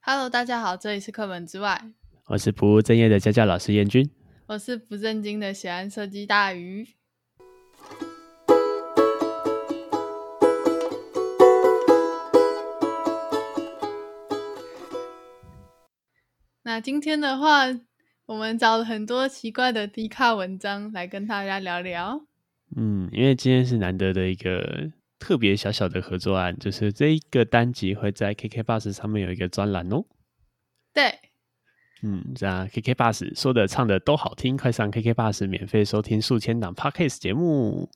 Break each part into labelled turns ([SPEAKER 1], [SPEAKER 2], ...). [SPEAKER 1] Hello，大家好，这里是课本之外，
[SPEAKER 2] 我是不务正业的家教老师燕君。
[SPEAKER 1] 我是不正经的喜欢设计大鱼。那今天的话，我们找了很多奇怪的低卡文章来跟大家聊聊。
[SPEAKER 2] 嗯，因为今天是难得的一个特别小小的合作案，就是这一个单集会在 KK Bus 上面有一个专栏哦。
[SPEAKER 1] 对，
[SPEAKER 2] 嗯，这样 KK Bus 说的唱的都好听，快上 KK Bus 免费收听数千档 Podcast 节目。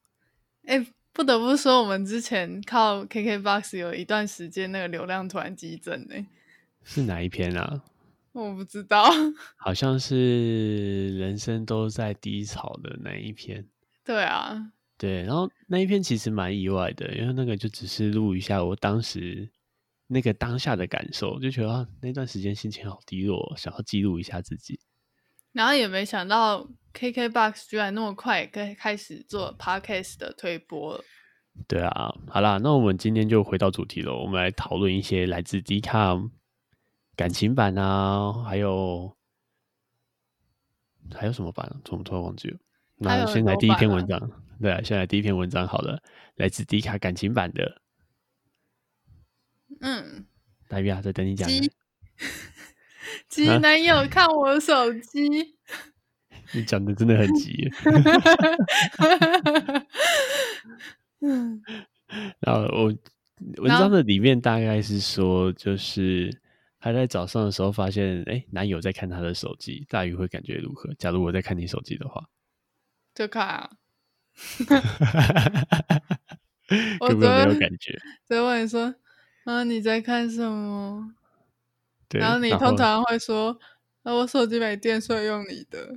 [SPEAKER 1] 哎、不得不说，我们之前靠 KKBOX 有一段时间那个流量突然激增呢、
[SPEAKER 2] 是哪一篇啊？
[SPEAKER 1] 我不知道。
[SPEAKER 2] 好像是人生都在低潮的那一篇。
[SPEAKER 1] 对啊，
[SPEAKER 2] 对，然后那一篇其实蛮意外的，因为那个就只是录一下我当时那个当下的感受，就觉得、啊、那段时间心情好低落，想要记录一下自己。
[SPEAKER 1] 然后也没想到 KKBOX 居然那么快也开开始做 Podcast 的推播了。
[SPEAKER 2] 对啊，好啦，那我们今天就回到主题了，我们来讨论一些来自 d 卡感情版啊，还有还有什么版啊？怎么突然忘记了？
[SPEAKER 1] 还有
[SPEAKER 2] 那
[SPEAKER 1] 很
[SPEAKER 2] 先来
[SPEAKER 1] 多
[SPEAKER 2] 第一
[SPEAKER 1] 版
[SPEAKER 2] 篇
[SPEAKER 1] 啊
[SPEAKER 2] 文章，对啊，先来第一篇文章好了，来自 d 卡感情版的
[SPEAKER 1] 嗯，
[SPEAKER 2] 大鱼啊，在等你讲呢，
[SPEAKER 1] 鸡鸡男友看我手机，
[SPEAKER 2] 你讲的真的很急耶。
[SPEAKER 1] 嗯，
[SPEAKER 2] 然后我文
[SPEAKER 1] 然后
[SPEAKER 2] 章的里面大概是说，就是她在早上的时候发现，哎，男友在看她的手机，大鱼会感觉如何？假如我在看你手机的话，
[SPEAKER 1] 就看啊。我
[SPEAKER 2] 根本没
[SPEAKER 1] 昨
[SPEAKER 2] 有感觉。
[SPEAKER 1] 所以问你说，啊你在看什么？
[SPEAKER 2] 对，
[SPEAKER 1] 然后你通常会说，啊我手机没电，所以用你的。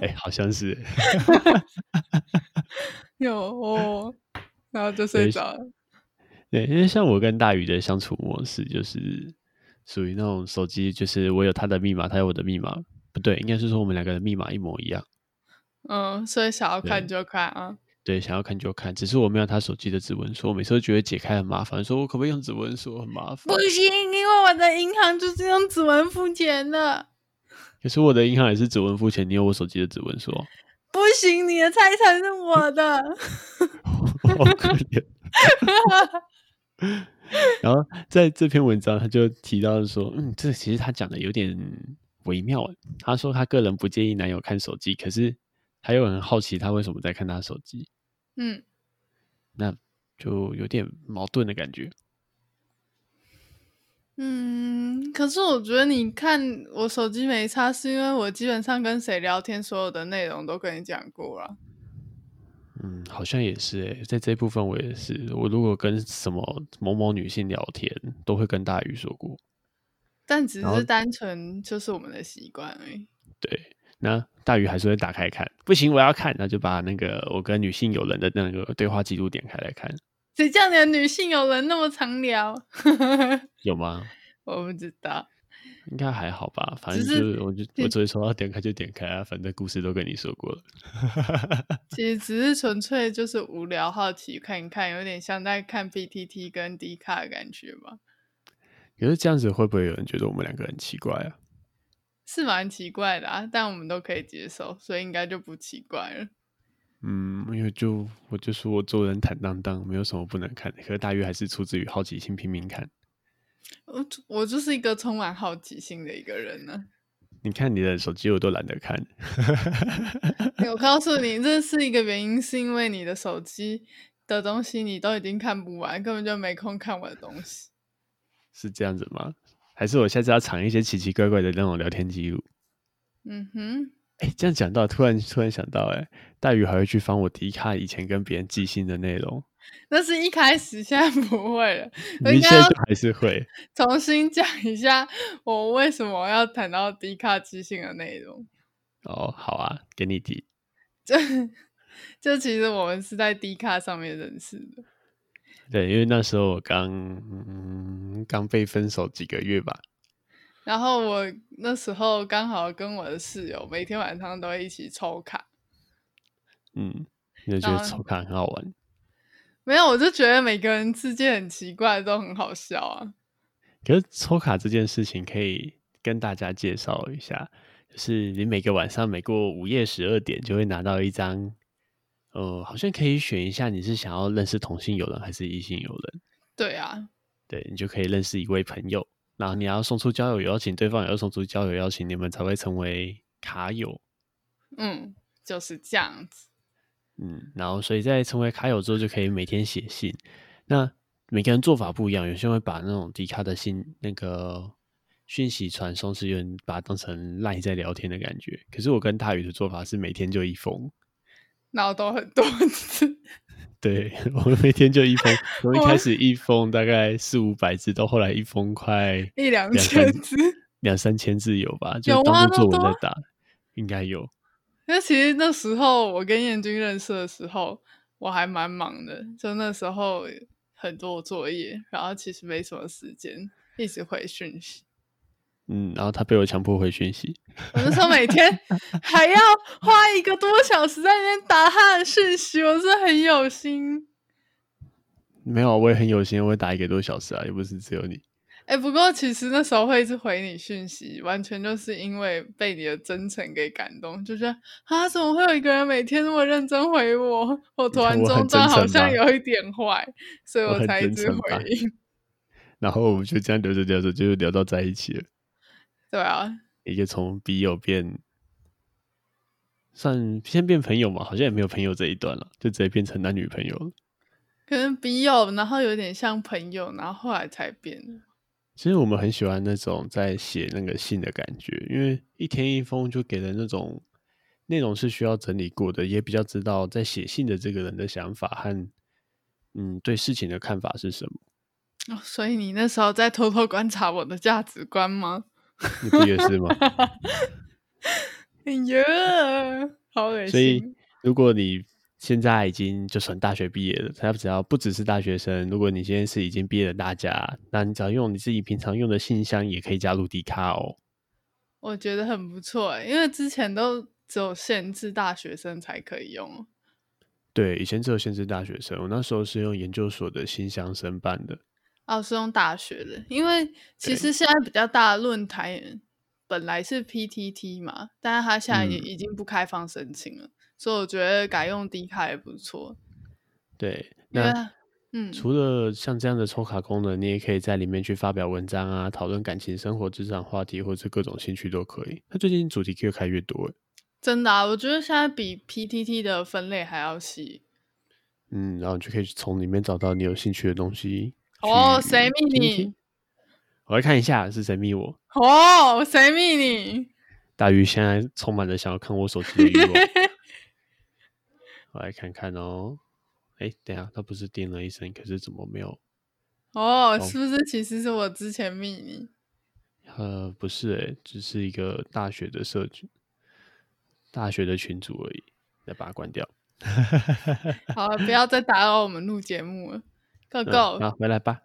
[SPEAKER 2] 哎，好像是
[SPEAKER 1] 有哦，然后就睡
[SPEAKER 2] 对
[SPEAKER 1] 着了。
[SPEAKER 2] 对，因为像我跟大鱼的相处模式就是属于那种手机，就是我有他的密码，他有我的密码，不对，应该是说我们两个的密码一模一样。
[SPEAKER 1] 嗯，所以想要看就看啊。
[SPEAKER 2] 对，想要看就看，只是我没有他手机的指纹锁，我每次都觉得解开很麻烦，说我可不可以用指纹锁很麻烦
[SPEAKER 1] 不。行，因为我的银行就是用指纹付钱的。
[SPEAKER 2] 可是我的银行也是指纹付钱，你有我手机的指纹锁，
[SPEAKER 1] 不行，你的财产是我的。
[SPEAKER 2] 好可怜。 然后在这篇文章，他就提到说，嗯，这其实他讲的有点微妙欸。他说他个人不介意男友看手机，可是他又很好奇他为什么在看他手机，
[SPEAKER 1] 嗯，
[SPEAKER 2] 那就有点矛盾的感觉。
[SPEAKER 1] 嗯，可是我觉得你看我手机没差，是因为我基本上跟谁聊天，所有的内容都跟你讲过了。
[SPEAKER 2] 嗯，好像也是诶、在这一部分我也是。我如果跟什么某某女性聊天，都会跟大鱼说过。
[SPEAKER 1] 但只
[SPEAKER 2] 然后
[SPEAKER 1] 是单纯就是我们的习惯而已。
[SPEAKER 2] 对，那大鱼还是会打开看，不行我要看，那就把那个我跟女性友人的那个对话记录点开来看，
[SPEAKER 1] 谁叫你的女性友人那么常聊？
[SPEAKER 2] 有吗？
[SPEAKER 1] 我不知道，
[SPEAKER 2] 应该还好吧，反
[SPEAKER 1] 只
[SPEAKER 2] 正就是是我就我
[SPEAKER 1] 嗯
[SPEAKER 2] 只会说要点开就点开啊，反正故事都跟你说过了。
[SPEAKER 1] 其实只是纯粹就是无聊好奇看一看，有点像在看 BTT 跟 D 卡的感觉吧，
[SPEAKER 2] 可是这样子会不会有人觉得我们两个很奇怪啊？
[SPEAKER 1] 是蛮奇怪的啊，但我们都可以接受，所以应该就不奇怪了。
[SPEAKER 2] 嗯，因为就我就说我做人坦荡荡，没有什么不能看的。可是大鱼还是出自于好奇心拼命看。
[SPEAKER 1] 我就我就是一个充满好奇心的一个人呢、
[SPEAKER 2] 你看你的手机我都懒得看，
[SPEAKER 1] 欸我告诉你，这是一个原因，是因为你的手机的东西你都已经看不完，根本就没空看我的东西。
[SPEAKER 2] 是这样子吗？还是我下次要藏一些奇奇怪怪的那种聊天记录？
[SPEAKER 1] 嗯哼，
[SPEAKER 2] 哎，这样讲到，突然突然想到，哎，大鱼还会去翻我迪卡以前跟别人寄信的内容，
[SPEAKER 1] 那是一开始，现在不会了。我应
[SPEAKER 2] 你
[SPEAKER 1] 该
[SPEAKER 2] 现在
[SPEAKER 1] 要
[SPEAKER 2] 就还是会。
[SPEAKER 1] 重新讲一下我为什么要谈到低卡即兴的内容。
[SPEAKER 2] 哦，好啊，给你提。
[SPEAKER 1] 这这其实我们是在低卡上面认识的。
[SPEAKER 2] 对，因为那时候我刚嗯刚被分手几个月吧，
[SPEAKER 1] 然后我那时候刚好跟我的室友每天晚上都会一起抽卡，
[SPEAKER 2] 嗯，就觉
[SPEAKER 1] 哦
[SPEAKER 2] 得抽卡很好玩。
[SPEAKER 1] 没有，我就觉得每个人世界很奇怪，都很好笑啊。
[SPEAKER 2] 可是抽卡这件事情可以跟大家介绍一下，就是你每个晚上每过午夜十二点就会拿到一张，呃，好像可以选一下你是想要认识同性友人还是异性友人，
[SPEAKER 1] 对啊，
[SPEAKER 2] 对你就可以认识一位朋友，然后你要送出交友邀请，对方也要送出交友邀请，你们才会成为卡友。
[SPEAKER 1] 嗯，就是这样子。
[SPEAKER 2] 嗯，然后所以在成为卡友之后，就可以每天写信。那每个人做法不一样，有些人会把那种迪卡的信那个讯息传送是有人把它当成赖在聊天的感觉。可是我跟大宇的做法是每天就一封，
[SPEAKER 1] 然后都很多次，
[SPEAKER 2] 对 我们每天就一封，从一开始一封大概四五百字，到后来一封快
[SPEAKER 1] 一两
[SPEAKER 2] 三
[SPEAKER 1] 千字。
[SPEAKER 2] 两三千字有吧，
[SPEAKER 1] 有
[SPEAKER 2] 就
[SPEAKER 1] 啊
[SPEAKER 2] 当做作
[SPEAKER 1] 那么
[SPEAKER 2] 文在
[SPEAKER 1] 多
[SPEAKER 2] 打，应该有。
[SPEAKER 1] 那其实那时候我跟燕君认识的时候，我还蛮忙的，就那时候很多作业，然后其实没什么时间，一直回讯息。
[SPEAKER 2] 嗯，然后他被我强迫回讯息，
[SPEAKER 1] 我那时候每天还要花一个多小时在那边打他的讯息，我是很有心。
[SPEAKER 2] 没有啊，我也很有心，我会打一个多小时啊，又不是只有你。
[SPEAKER 1] 哎、不过其实那时候会一直回你讯息，完全就是因为被你的真诚给感动，就觉得啊，怎么会有一个人每天那么认真回我？我突
[SPEAKER 2] 看
[SPEAKER 1] 然
[SPEAKER 2] 我很
[SPEAKER 1] 中断
[SPEAKER 2] 真
[SPEAKER 1] 好
[SPEAKER 2] 诚吧
[SPEAKER 1] 像有一点坏，所以
[SPEAKER 2] 我很
[SPEAKER 1] 才一
[SPEAKER 2] 真
[SPEAKER 1] 直
[SPEAKER 2] 诚
[SPEAKER 1] 回
[SPEAKER 2] 吧
[SPEAKER 1] 应。
[SPEAKER 2] 然后我们就这样聊着聊着就聊到在一起了，
[SPEAKER 1] 对啊，
[SPEAKER 2] 一个从笔友变，算先变朋友嘛，好像也没有朋友这一段了，就直接变成男女朋友了。
[SPEAKER 1] 可能笔友，然后有点像朋友，然后后来才变的。
[SPEAKER 2] 其实我们很喜欢那种在写那个信的感觉，因为一天一封就给人那种内容是需要整理过的，也比较知道在写信的这个人的想法和嗯对事情的看法是什么。
[SPEAKER 1] 哦，所以你那时候在偷偷观察我的价值观吗？
[SPEAKER 2] 你不也是吗？
[SPEAKER 1] 哎呀，好恶心！
[SPEAKER 2] 所以，如果你现在已经就算大学毕业了，他只要不只是大学生，如果你现在是已经毕业的大家，那你只要用你自己平常用的信箱，也可以加入迪卡哦。
[SPEAKER 1] 我觉得很不错欸，因为之前都只有限制大学生才可以用哦。
[SPEAKER 2] 对，以前只有限制大学生，我那时候是用研究所的信箱申办的。
[SPEAKER 1] 哦，是用大学的，因为其
[SPEAKER 2] 对
[SPEAKER 1] 实现在比较大的论坛本来是 PTT 嘛，但是它现在也
[SPEAKER 2] 嗯
[SPEAKER 1] 已经不开放申请了，所以我觉得改用 D 卡也不错。
[SPEAKER 2] 对，
[SPEAKER 1] 因为
[SPEAKER 2] 那
[SPEAKER 1] 它嗯，
[SPEAKER 2] 除了像这样的抽卡功能，你也可以在里面去发表文章啊，讨论感情、生活、职场话题，或者各种兴趣都可以。那最近主题越开越多欸，
[SPEAKER 1] 真的啊，我觉得现在比 PTT 的分类还要细。
[SPEAKER 2] 嗯，然后你就可以从里面找到你有兴趣的东西。
[SPEAKER 1] 哦，
[SPEAKER 2] 去
[SPEAKER 1] 谁密
[SPEAKER 2] 听
[SPEAKER 1] 你
[SPEAKER 2] 听？我来看一下是谁密我。
[SPEAKER 1] 哦，谁密你？
[SPEAKER 2] 大鱼现在充满了想要看我手机 的欲望。我来看看哦。哎，等一下，他不是叮了一声，可是怎么没有？
[SPEAKER 1] 哦，是不是其实是我之前密你？
[SPEAKER 2] 呃，不是哎、只是一个大学的社群，大学的群组而已。再把它关掉。嗯
[SPEAKER 1] 好了，不要再打扰我们录节目 了，Go
[SPEAKER 2] 嗯
[SPEAKER 1] Go！、
[SPEAKER 2] 好，回来吧。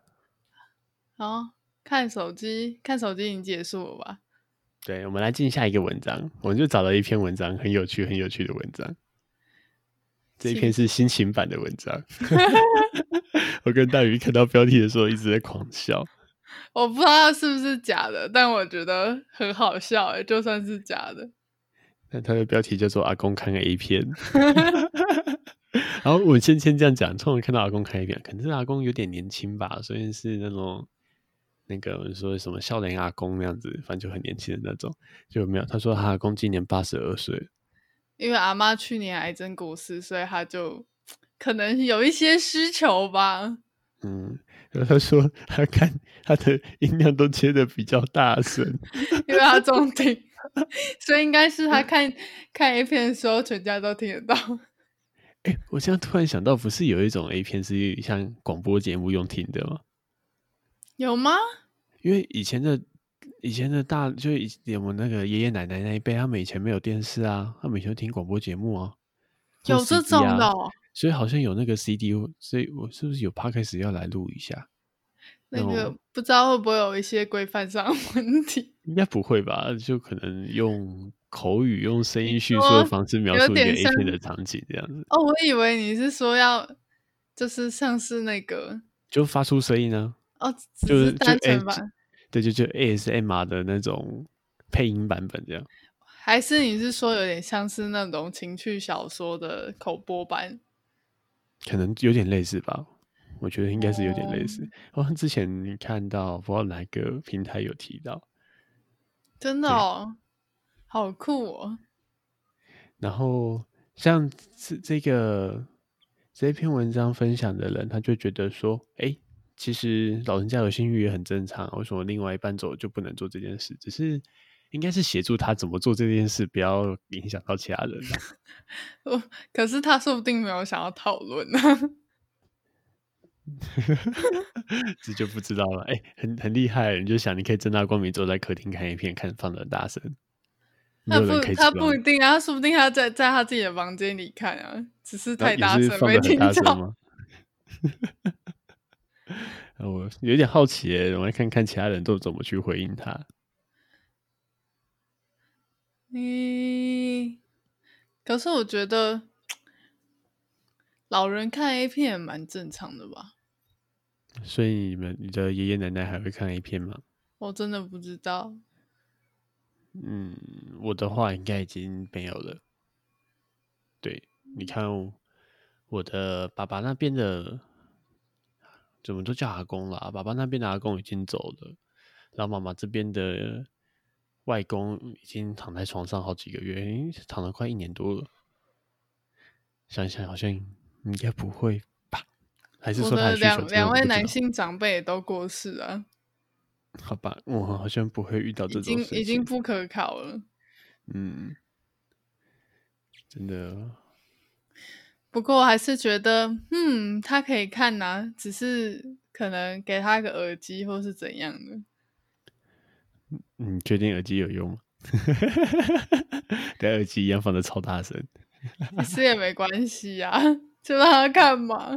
[SPEAKER 1] 好，看手机，看手机已经结束了吧？
[SPEAKER 2] 对，我们来进下一个文章。我们就找了一篇文章，很有趣、很有趣的文章。这一
[SPEAKER 1] 请
[SPEAKER 2] 篇是心情版的文章。 我跟大鱼看到标题的时候一直在狂笑。
[SPEAKER 1] 我不知道是不是假的，但我觉得很好笑欸，就算是假的。
[SPEAKER 2] 那它的标题叫做“阿公看 A 片”， 然后我先先这样讲，通常看到阿公看 A 片，可能是阿公有点年轻吧，所以是那种那个我们说什么笑脸阿公那样子，反正就很年轻的那种，就没有。他说他阿公今年八十二岁，
[SPEAKER 1] 因为阿妈去年癌症过世，所以她就可能有一些需求吧。
[SPEAKER 2] 嗯，然后他说他看他的音量都切的比较大声，
[SPEAKER 1] 因为他 中听，所以应该是他看看 A 片的时候，全家都听得到。
[SPEAKER 2] 哎、我现在突然想到，不是有一种 A 片是像广播节目用听的吗？
[SPEAKER 1] 有吗？
[SPEAKER 2] 因为以前的以前的大就以前我们那个爷爷奶奶那一辈，他们以前没有电视啊，他们以前听广播节目啊，或
[SPEAKER 1] 有这
[SPEAKER 2] CD 啊
[SPEAKER 1] 种的、哦，
[SPEAKER 2] 所以好像有那个 CD，所以我是不是有 podcast 要来录一下？
[SPEAKER 1] 那个
[SPEAKER 2] 哦
[SPEAKER 1] 不知道会不会有一些规范上的问题，
[SPEAKER 2] 应该不会吧？就可能用口语、用声音叙述的
[SPEAKER 1] 说
[SPEAKER 2] 方式描
[SPEAKER 1] 有
[SPEAKER 2] 述一个
[SPEAKER 1] 点
[SPEAKER 2] A
[SPEAKER 1] 像
[SPEAKER 2] 片的场景，这样子
[SPEAKER 1] 哦，我以为你是说要，就是像是那个
[SPEAKER 2] 就发出声音呢、
[SPEAKER 1] 哦，只
[SPEAKER 2] 就是是就
[SPEAKER 1] 单
[SPEAKER 2] 哎、
[SPEAKER 1] 纯吧，
[SPEAKER 2] 对，就就 ASMR 的那种配音版本这样。
[SPEAKER 1] 还是你是说有点像是那种情趣小说的口播版？
[SPEAKER 2] 可能有点类似吧，我觉得应该是有点类似。
[SPEAKER 1] 哦
[SPEAKER 2] 我、像之前看到不知道哪个平台有提到，
[SPEAKER 1] 真的
[SPEAKER 2] 对
[SPEAKER 1] 哦，好酷哦！
[SPEAKER 2] 然后像这这个这篇文章分享的人，他就觉得说，哎，其实老人家有性欲也很正常，为什么另外一半走就不能做这件事？只是应该是协助他怎么做这件事，不要影响到其他人 啊吧。
[SPEAKER 1] 我可是他说不定没有想要讨论啊呢。
[SPEAKER 2] 这就不知道了。哎、很很厉害，你就想你可以正大光明坐在客厅看一片，看放的很大声，没
[SPEAKER 1] 他
[SPEAKER 2] 有人可
[SPEAKER 1] 不，
[SPEAKER 2] 以
[SPEAKER 1] 他
[SPEAKER 2] 知道
[SPEAKER 1] 不一定啊，他说不定他在在他自己的房间里看啊，只是
[SPEAKER 2] 然后
[SPEAKER 1] 太大
[SPEAKER 2] 也
[SPEAKER 1] 声
[SPEAKER 2] 是放
[SPEAKER 1] 没
[SPEAKER 2] 的
[SPEAKER 1] 听
[SPEAKER 2] 很大声
[SPEAKER 1] 到。
[SPEAKER 2] 吗？ 呃我有点好奇耶，我来看看其他人都怎么去回应他。
[SPEAKER 1] 嗯，可是我觉得老人看 A 片也蛮正常的吧？
[SPEAKER 2] 所以你们你的爷爷奶奶还会看 A 片吗？
[SPEAKER 1] 我真的不知道。
[SPEAKER 2] 嗯，我的话应该已经没有了。对，你看我我的爸爸那边的，怎么都叫阿公啦，爸爸那边的阿公已经走了，然后妈妈这边的外公已经躺在床上好几个月，诶躺了快一年多了。想一想好像应该不会吧？还是
[SPEAKER 1] 我
[SPEAKER 2] 说他
[SPEAKER 1] 的
[SPEAKER 2] 的需求
[SPEAKER 1] 两
[SPEAKER 2] 真的
[SPEAKER 1] 两
[SPEAKER 2] 我
[SPEAKER 1] 位
[SPEAKER 2] 不知啊
[SPEAKER 1] 男
[SPEAKER 2] 道？
[SPEAKER 1] 性长辈也都过世了，
[SPEAKER 2] 好吧，我好像不会遇到哦这
[SPEAKER 1] 已
[SPEAKER 2] 种
[SPEAKER 1] 经
[SPEAKER 2] 事情。
[SPEAKER 1] 已经不可考了。
[SPEAKER 2] 嗯，真的哦
[SPEAKER 1] 不过我还是觉得，嗯，他可以看呐、只是可能给他一个耳机或是怎样的。
[SPEAKER 2] 你嗯确定耳机有用吗？ 戴耳机一样放的超大声。
[SPEAKER 1] 其实也没关系呀、 就让他看嘛。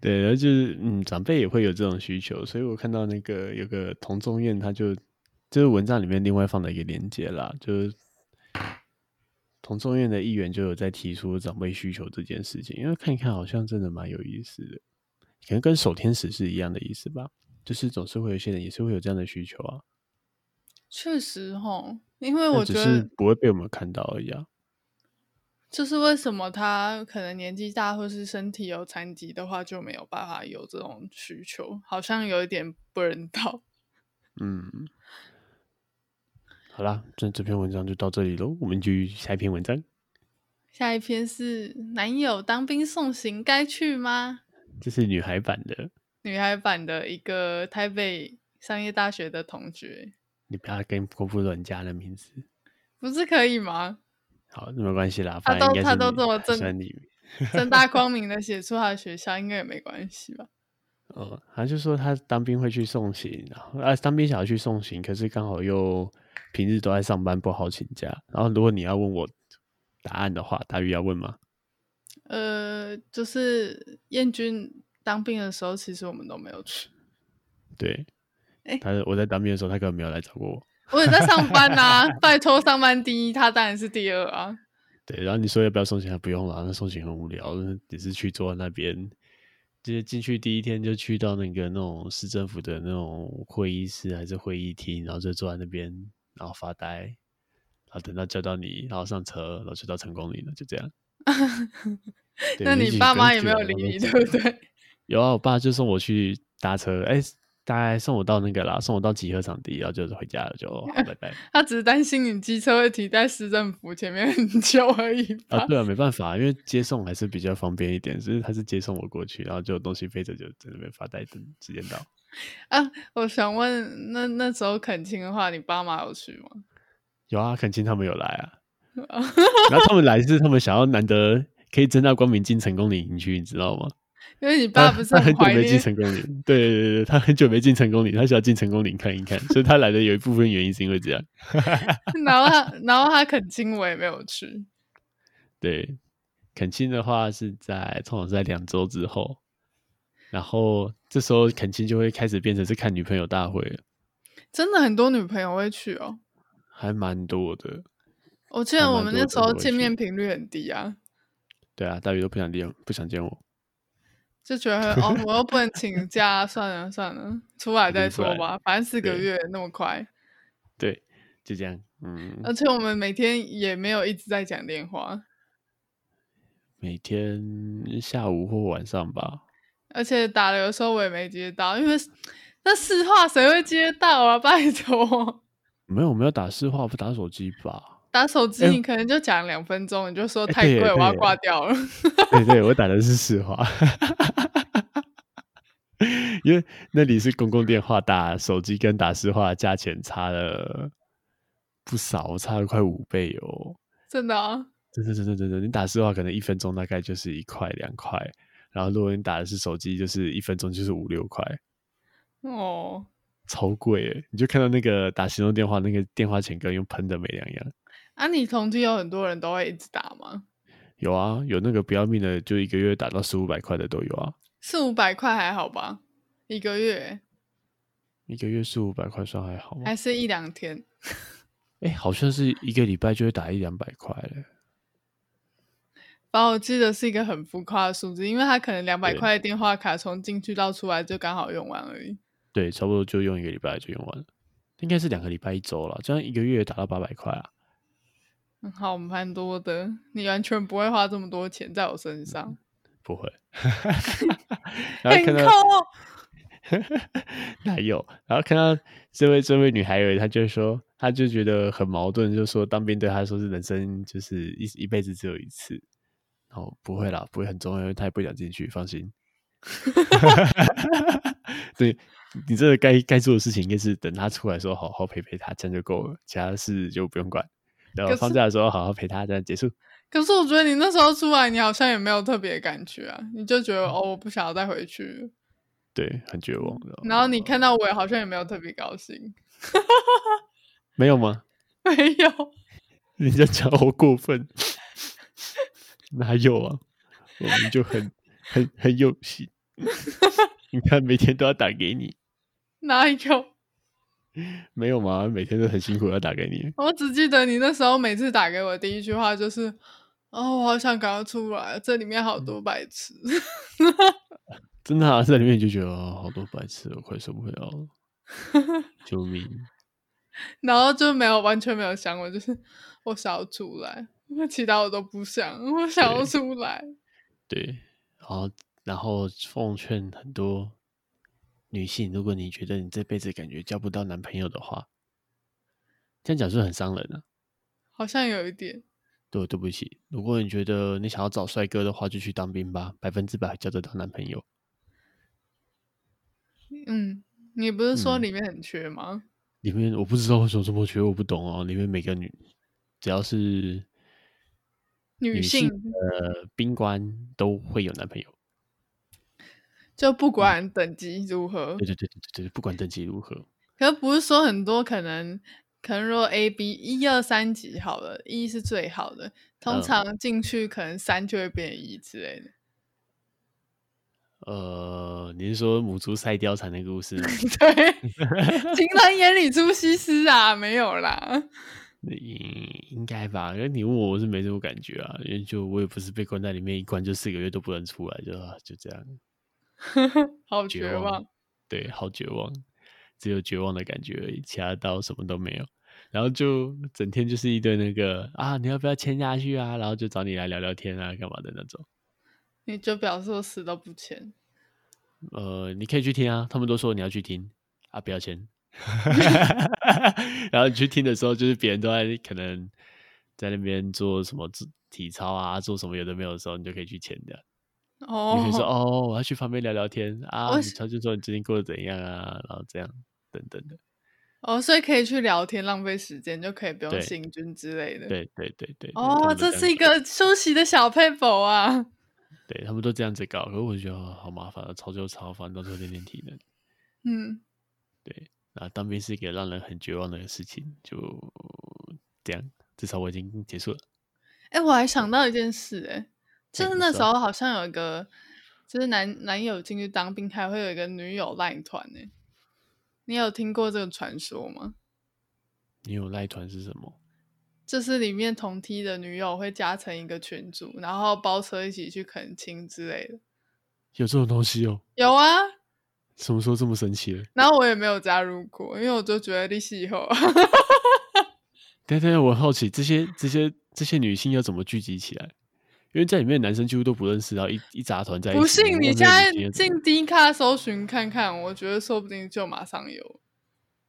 [SPEAKER 2] 对，然后就是嗯，长辈也会有这种需求，所以我看到那个有个同众院，他就就是文章里面另外放了一个链接啦，就是同众院的议员就有在提出长辈需求这件事情，因为看一看好像真的蛮有意思的，可能跟守天使是一样的意思吧，就是总是会有一些人也是会有这样的需求啊，
[SPEAKER 1] 确实吼，因为
[SPEAKER 2] 但
[SPEAKER 1] 我觉
[SPEAKER 2] 只是
[SPEAKER 1] 得
[SPEAKER 2] 不会被我们看到而已啊。
[SPEAKER 1] 就是为什么他可能年纪大或是身体有残疾的话，就没有办法有这种需求，好像有一点不人道。
[SPEAKER 2] 嗯，好啦，这这篇文章就到这里喽，我们去下一篇文章。
[SPEAKER 1] 下一篇是男友当兵送行该去吗？
[SPEAKER 2] 这是女孩版的，
[SPEAKER 1] 女孩版的一个台北商业大学的同学，
[SPEAKER 2] 你不要跟公布人家的名字。
[SPEAKER 1] 不是可以吗？
[SPEAKER 2] 好，那没关系啦，
[SPEAKER 1] 他
[SPEAKER 2] 反正
[SPEAKER 1] 都
[SPEAKER 2] 应该
[SPEAKER 1] 他
[SPEAKER 2] 是
[SPEAKER 1] 都
[SPEAKER 2] 你
[SPEAKER 1] 这么
[SPEAKER 2] 还
[SPEAKER 1] 正
[SPEAKER 2] 算你。
[SPEAKER 1] 正大光明的写出他的学校，应该也没关系吧？
[SPEAKER 2] 呃，他就说他当兵会去送行，然后啊，当兵想要去送行，可是刚好又平日都在上班，不好请假。然后如果你要问我答案的话，大鱼要问吗？
[SPEAKER 1] 呃，就是燕军当兵的时候，其实我们都没有去，
[SPEAKER 2] 对，
[SPEAKER 1] 诶
[SPEAKER 2] 他我在当兵的时候，他根本没有来找过我。
[SPEAKER 1] 我也在上班呐、拜托，上班第一，他当然是第二啊。
[SPEAKER 2] 对，然后你说要不要送行？啊他不用了，那送行很无聊，那只是去坐在那边，就是进去第一天就去到那个那种市政府的那种会议室还是会议厅，然后就坐在那边，然后发呆，然后等到叫到你，然后上车，然后就到成功岭了，就这样。对
[SPEAKER 1] 那
[SPEAKER 2] 就
[SPEAKER 1] 你
[SPEAKER 2] 是
[SPEAKER 1] 爸
[SPEAKER 2] 不
[SPEAKER 1] 妈
[SPEAKER 2] 用
[SPEAKER 1] 也
[SPEAKER 2] 去
[SPEAKER 1] 没有
[SPEAKER 2] 了
[SPEAKER 1] 理
[SPEAKER 2] 然后
[SPEAKER 1] 你，
[SPEAKER 2] 就
[SPEAKER 1] 对不对？
[SPEAKER 2] 有啊，我爸就送我去搭车，哎、大概送我到那个啦，送我到集合场地，然后就回家了，就哦好拜拜。
[SPEAKER 1] 他只是担心你机车会停在市政府前面很久而已吧
[SPEAKER 2] 啊，？对啊，没办法，因为接送还是比较方便一点，只是他是接送我过去，然后就有东西飞着就在那边发呆，等时间到。
[SPEAKER 1] 啊，我想问，那那时候恳亲的话，你爸妈有去吗？
[SPEAKER 2] 有啊，恳亲他们有来啊， 然后他们来是他们想要难得可以正大光明进成功岭营区，你知道吗？
[SPEAKER 1] 因为你爸
[SPEAKER 2] 他
[SPEAKER 1] 不是
[SPEAKER 2] 他 很久
[SPEAKER 1] 怀
[SPEAKER 2] 啊没进
[SPEAKER 1] 念，
[SPEAKER 2] 成功岭，对对对对，他很久没进成功岭，他想要进成功岭看一看，所以他来的有一部分原因是因为这样。
[SPEAKER 1] 然后他然后他恳亲我也没有去，
[SPEAKER 2] 对，恳亲的话是在通常是在两周之后，然后这时候恳亲就会开始变成是看女朋友大会了。
[SPEAKER 1] 真的很多女朋友会去哦。
[SPEAKER 2] 还蛮多的。
[SPEAKER 1] 我记
[SPEAKER 2] 还
[SPEAKER 1] 得我们
[SPEAKER 2] 蛮多
[SPEAKER 1] 那
[SPEAKER 2] 的
[SPEAKER 1] 时候
[SPEAKER 2] 都会
[SPEAKER 1] 见
[SPEAKER 2] 去
[SPEAKER 1] 面频率很低啊，
[SPEAKER 2] 对啊，大鱼都不想见，不想见我。
[SPEAKER 1] 就觉得哦，我又不能请假，算了算了，出来再
[SPEAKER 2] 明
[SPEAKER 1] 说
[SPEAKER 2] 白
[SPEAKER 1] 吧，反正四个
[SPEAKER 2] 对
[SPEAKER 1] 月那么快，
[SPEAKER 2] 对，就这样，嗯，
[SPEAKER 1] 而且我们每天也没有一直在讲电话，
[SPEAKER 2] 每天下午或晚上吧，
[SPEAKER 1] 而且打了有时候我也没接到，因为那市话谁会接到啊？ 拜托，
[SPEAKER 2] 没有没有打市话，不打手机吧？
[SPEAKER 1] 打手机
[SPEAKER 2] 哎
[SPEAKER 1] 你可能就讲两分钟，你就说
[SPEAKER 2] 哎
[SPEAKER 1] 太
[SPEAKER 2] 对耶
[SPEAKER 1] 贵，我要
[SPEAKER 2] 对耶
[SPEAKER 1] 挂掉了。
[SPEAKER 2] 对对，我打的是市话， 因为那里是公共电话，打手机跟打市话价钱差了不少，差了快五倍哦。
[SPEAKER 1] 真的、啊，
[SPEAKER 2] 真的真的真的，你打市话可能一分钟大概就是一块两块，然后如果你打的是手机，就是一分钟就是五六块，
[SPEAKER 1] 哦，
[SPEAKER 2] 超贵耶！你就看到那个打行动电话，那个电话钱跟用喷的没两样。
[SPEAKER 1] 啊，你同居有很多人都会一直打吗？
[SPEAKER 2] 有啊，有那个不要命的，就一个月打到四五百块的都有啊，
[SPEAKER 1] 四五百块还好吧，一个月
[SPEAKER 2] 一个月四五百块算还好吗
[SPEAKER 1] 还？是一两天，
[SPEAKER 2] 哎、好像是一个礼拜就会打一两百块嘞。
[SPEAKER 1] 反正我记得是一个很浮夸的数字，因为他可能两百
[SPEAKER 2] 对
[SPEAKER 1] 块的电话卡从进去到出来就刚好用完而已。
[SPEAKER 2] 对，差不多就用一个礼拜就用完了，应该是两个礼拜一周了，这样一个月打到八百块啊。
[SPEAKER 1] 嗯好，蛮多的，你完全不会花这么多钱在我身上，
[SPEAKER 2] 不会，嗯然
[SPEAKER 1] 很哦
[SPEAKER 2] 后看到
[SPEAKER 1] 抠。
[SPEAKER 2] 哪有？然后看到这位这位女孩，她就说，她就觉得很矛盾，就说当兵对她说是人生就是一一辈子只有一次。然后不会啦，不会很重要，因为她也不会讲进去，放心。对你这个该该做的事情，应该是等她出来的时候好好陪陪她，这样就够了，其他事就不用管。然后
[SPEAKER 1] 可
[SPEAKER 2] 放
[SPEAKER 1] 是
[SPEAKER 2] 假的时候好好陪她，这样结束。
[SPEAKER 1] 可是我觉得你那时候出来，你好像也没有特别的感觉啊，你就觉得
[SPEAKER 2] 嗯
[SPEAKER 1] 哦，我不想要再回去了。
[SPEAKER 2] 哦对，很绝望的。哦
[SPEAKER 1] 然后你看到我也好像也没有特别高兴，
[SPEAKER 2] 没有吗？
[SPEAKER 1] 没有。
[SPEAKER 2] 人家讲我过分， 哪有啊？我们就很很很有心。你看，每天都要打给你，
[SPEAKER 1] 哪有？
[SPEAKER 2] 没有吗？每天都很辛苦要打给你。
[SPEAKER 1] 我只记得你那时候每次打给我的第一句话就是：“哦，我好想赶快出来，这里面好
[SPEAKER 2] 嗯
[SPEAKER 1] 多白痴。
[SPEAKER 2] 真的、啊，在里面你就觉得、哦、好多白痴，我快受不了了，救命！”
[SPEAKER 1] 然后就没有完全没有想我，就是我想要出来，我其他我都不想，我想要
[SPEAKER 2] 对
[SPEAKER 1] 出来。
[SPEAKER 2] 对，然后然后奉劝很多女性，如果你觉得你这辈子感觉交不到男朋友的话，这样讲是不是很伤人啊？
[SPEAKER 1] 好像有一点，
[SPEAKER 2] 对，对不起，如果你觉得你想要找帅哥的话，就去当兵吧，百分之百交得到男朋友。
[SPEAKER 1] 嗯，你不是说
[SPEAKER 2] 嗯
[SPEAKER 1] 里面很缺吗？
[SPEAKER 2] 里面我不知道为什么这么缺，我不懂哦。里面每个女，只要是
[SPEAKER 1] 女
[SPEAKER 2] 性
[SPEAKER 1] 性
[SPEAKER 2] 的兵官都会有男朋友。
[SPEAKER 1] 就不管等级如何
[SPEAKER 2] 嗯对，对对对对对，不管等级如何，
[SPEAKER 1] 可是不是说很多可能，可能如果 A、B 一二三级好了，一是最好的，通
[SPEAKER 2] 嗯
[SPEAKER 1] 常进去可能三就会变一之类的。
[SPEAKER 2] 呃，你是说母猪赛貂蝉那个故事吗？
[SPEAKER 1] 对， 情人眼里出西施啊，没有啦。
[SPEAKER 2] 应应该吧？因为你问我，我是没这种感觉啊，因为就我也不是被关在里面一关就四个月都不能出来，就啊就这样。
[SPEAKER 1] 好
[SPEAKER 2] 绝
[SPEAKER 1] 绝
[SPEAKER 2] 望
[SPEAKER 1] 望！
[SPEAKER 2] 对，好绝望，只有绝望的感觉而已，其他到什么都没有。然后就整天就是一堆那个啊，你要不要签下去啊？然后就找你来聊聊天啊，干嘛的那种。
[SPEAKER 1] 你就表示我死都不签，
[SPEAKER 2] 呃，你可以去听啊，他们都说你要去听啊，不要签。 然后你去听的时候，就是别人都在可能在那边做什么自体操啊，做什么有的没有的时候，你就可以去签的。你可以说
[SPEAKER 1] 哦，
[SPEAKER 2] 哦，我要去旁边聊聊天啊，
[SPEAKER 1] 我
[SPEAKER 2] 你
[SPEAKER 1] 是
[SPEAKER 2] 他就说你最近过得怎样啊，然后这样等等的。
[SPEAKER 1] 哦，所以可以去聊天，浪费时间就可以不用
[SPEAKER 2] 对
[SPEAKER 1] 行军之类的。，
[SPEAKER 2] 对对对对。对他
[SPEAKER 1] 哦，
[SPEAKER 2] 们都
[SPEAKER 1] 这
[SPEAKER 2] 样
[SPEAKER 1] 是一个休息的小配宝啊。
[SPEAKER 2] 对他们都这样子搞，可是我就觉得哦好麻烦啊，抄就抄，反正到时候练练体能。
[SPEAKER 1] 嗯，
[SPEAKER 2] 啊，当兵是一个让人很绝望的事情，就这样。至少我已经结束了。
[SPEAKER 1] 哎、我还想到一件事、哎，就
[SPEAKER 2] 哎
[SPEAKER 1] 是
[SPEAKER 2] 你
[SPEAKER 1] 那时
[SPEAKER 2] 说
[SPEAKER 1] 候好像有一个，就是男男友进去当兵，还会有一个女友烂团呢。你有听过这个传说吗？
[SPEAKER 2] 你有赖团是什么？
[SPEAKER 1] 就是里面同梯的女友会加成一个群组，然后包车一起去恳亲之类的。
[SPEAKER 2] 有这种东西哦？
[SPEAKER 1] 有啊，
[SPEAKER 2] 什么时候这么神奇了？
[SPEAKER 1] 然后我也没有加入过，因为我就觉得利息以后
[SPEAKER 2] 等一下等一下，我好奇这些这些这些女性要怎么聚集起来？因为在里面的男生几乎都不认识，然啊后一一杂团在一起。
[SPEAKER 1] 不信
[SPEAKER 2] 然后
[SPEAKER 1] 你
[SPEAKER 2] 那
[SPEAKER 1] 现在
[SPEAKER 2] 女性要怎么
[SPEAKER 1] 进 D 卡搜寻看看，我觉得说不定就马上有。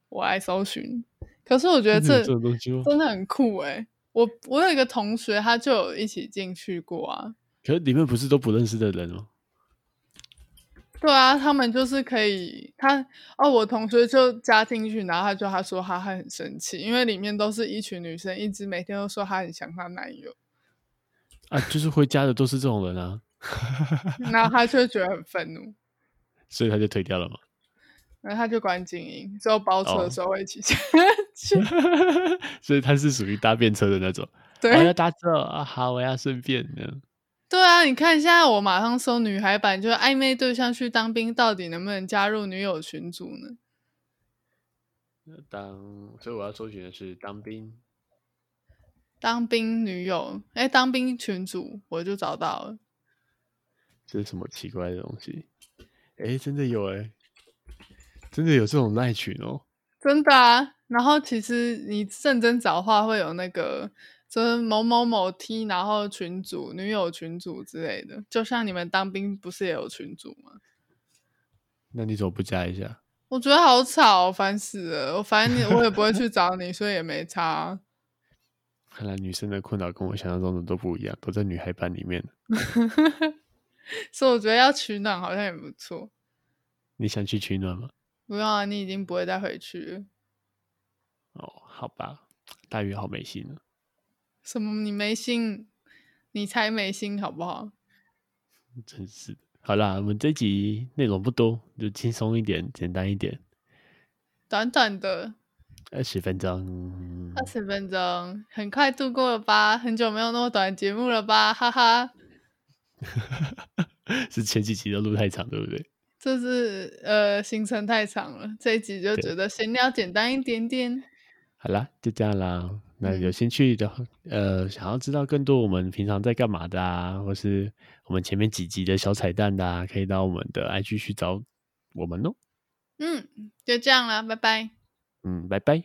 [SPEAKER 1] 我爱搜寻，可是我觉得
[SPEAKER 2] 真的有
[SPEAKER 1] 这
[SPEAKER 2] 这种东西吗
[SPEAKER 1] 真的很酷诶、我我有一个同学，他就有一起进去过啊。
[SPEAKER 2] 可是里面不是都不认识的人吗？
[SPEAKER 1] 对啊，他们就是可以，他哦，我同学就加进去，然后他就他说他还很生气，因为里面都是一群女生，一直每天都说她很想她男友，
[SPEAKER 2] 啊，就是回家的都是这种人啊，
[SPEAKER 1] 然后他就觉得很愤怒，
[SPEAKER 2] 所以他就退掉了嘛。
[SPEAKER 1] 然后他就关静音，之后包车
[SPEAKER 2] 哦
[SPEAKER 1] 的时候会一起 下去。
[SPEAKER 2] 所以他是属于搭便车的那种。
[SPEAKER 1] 对，
[SPEAKER 2] 我、要搭车啊，好，我要顺便的。
[SPEAKER 1] 对啊，你看现在我马上搜女孩版，就是暧昧对象去当兵，到底能不能加入女友群组呢？
[SPEAKER 2] 当，所以我要搜寻的是当兵。
[SPEAKER 1] 当兵女友，哎，当兵群组我就找到了。
[SPEAKER 2] 这是什么奇怪的东西？哎、真的有哎、真的有这种赖群哦。
[SPEAKER 1] 真的啊。然后其实你认真找的话，会有那个就是某某某 T，然后群组、女友群组之类的。就像你们当兵不是也有群组吗？
[SPEAKER 2] 那你怎么不加一下？
[SPEAKER 1] 我觉得好吵哦，烦死了。我反正你我也不会去找你，所以也没差啊。
[SPEAKER 2] 看来女生的困扰跟我想象中的都不一样，都在女孩版里面。
[SPEAKER 1] 所以我觉得要取暖好像也不错。
[SPEAKER 2] 你想去取暖吗？
[SPEAKER 1] 不用啊，你已经不会再回去了。
[SPEAKER 2] 哦，好吧，大鱼好没心啊。
[SPEAKER 1] 什么？你没心？你才没心好不好？
[SPEAKER 2] 真是的。好啦，我们这集内容不多，就轻松一点，简单一点，
[SPEAKER 1] 短短的
[SPEAKER 2] 二十分钟。
[SPEAKER 1] 二十分钟，很快度过了吧？很久没有那么短的节目了吧？哈哈。
[SPEAKER 2] 是前几集都录太长，对不对？
[SPEAKER 1] 这是呃行程太长了，这一集就
[SPEAKER 2] 对
[SPEAKER 1] 觉得闲聊简单一点点。
[SPEAKER 2] 好啦，就这样啦。那有
[SPEAKER 1] 嗯
[SPEAKER 2] 兴趣的话，呃，想要知道更多我们平常在干嘛的啊，或是我们前面几集的小彩蛋的啊，可以到我们的 IG 去找我们哦。
[SPEAKER 1] 嗯，就这样啦，拜拜。
[SPEAKER 2] 嗯，拜拜。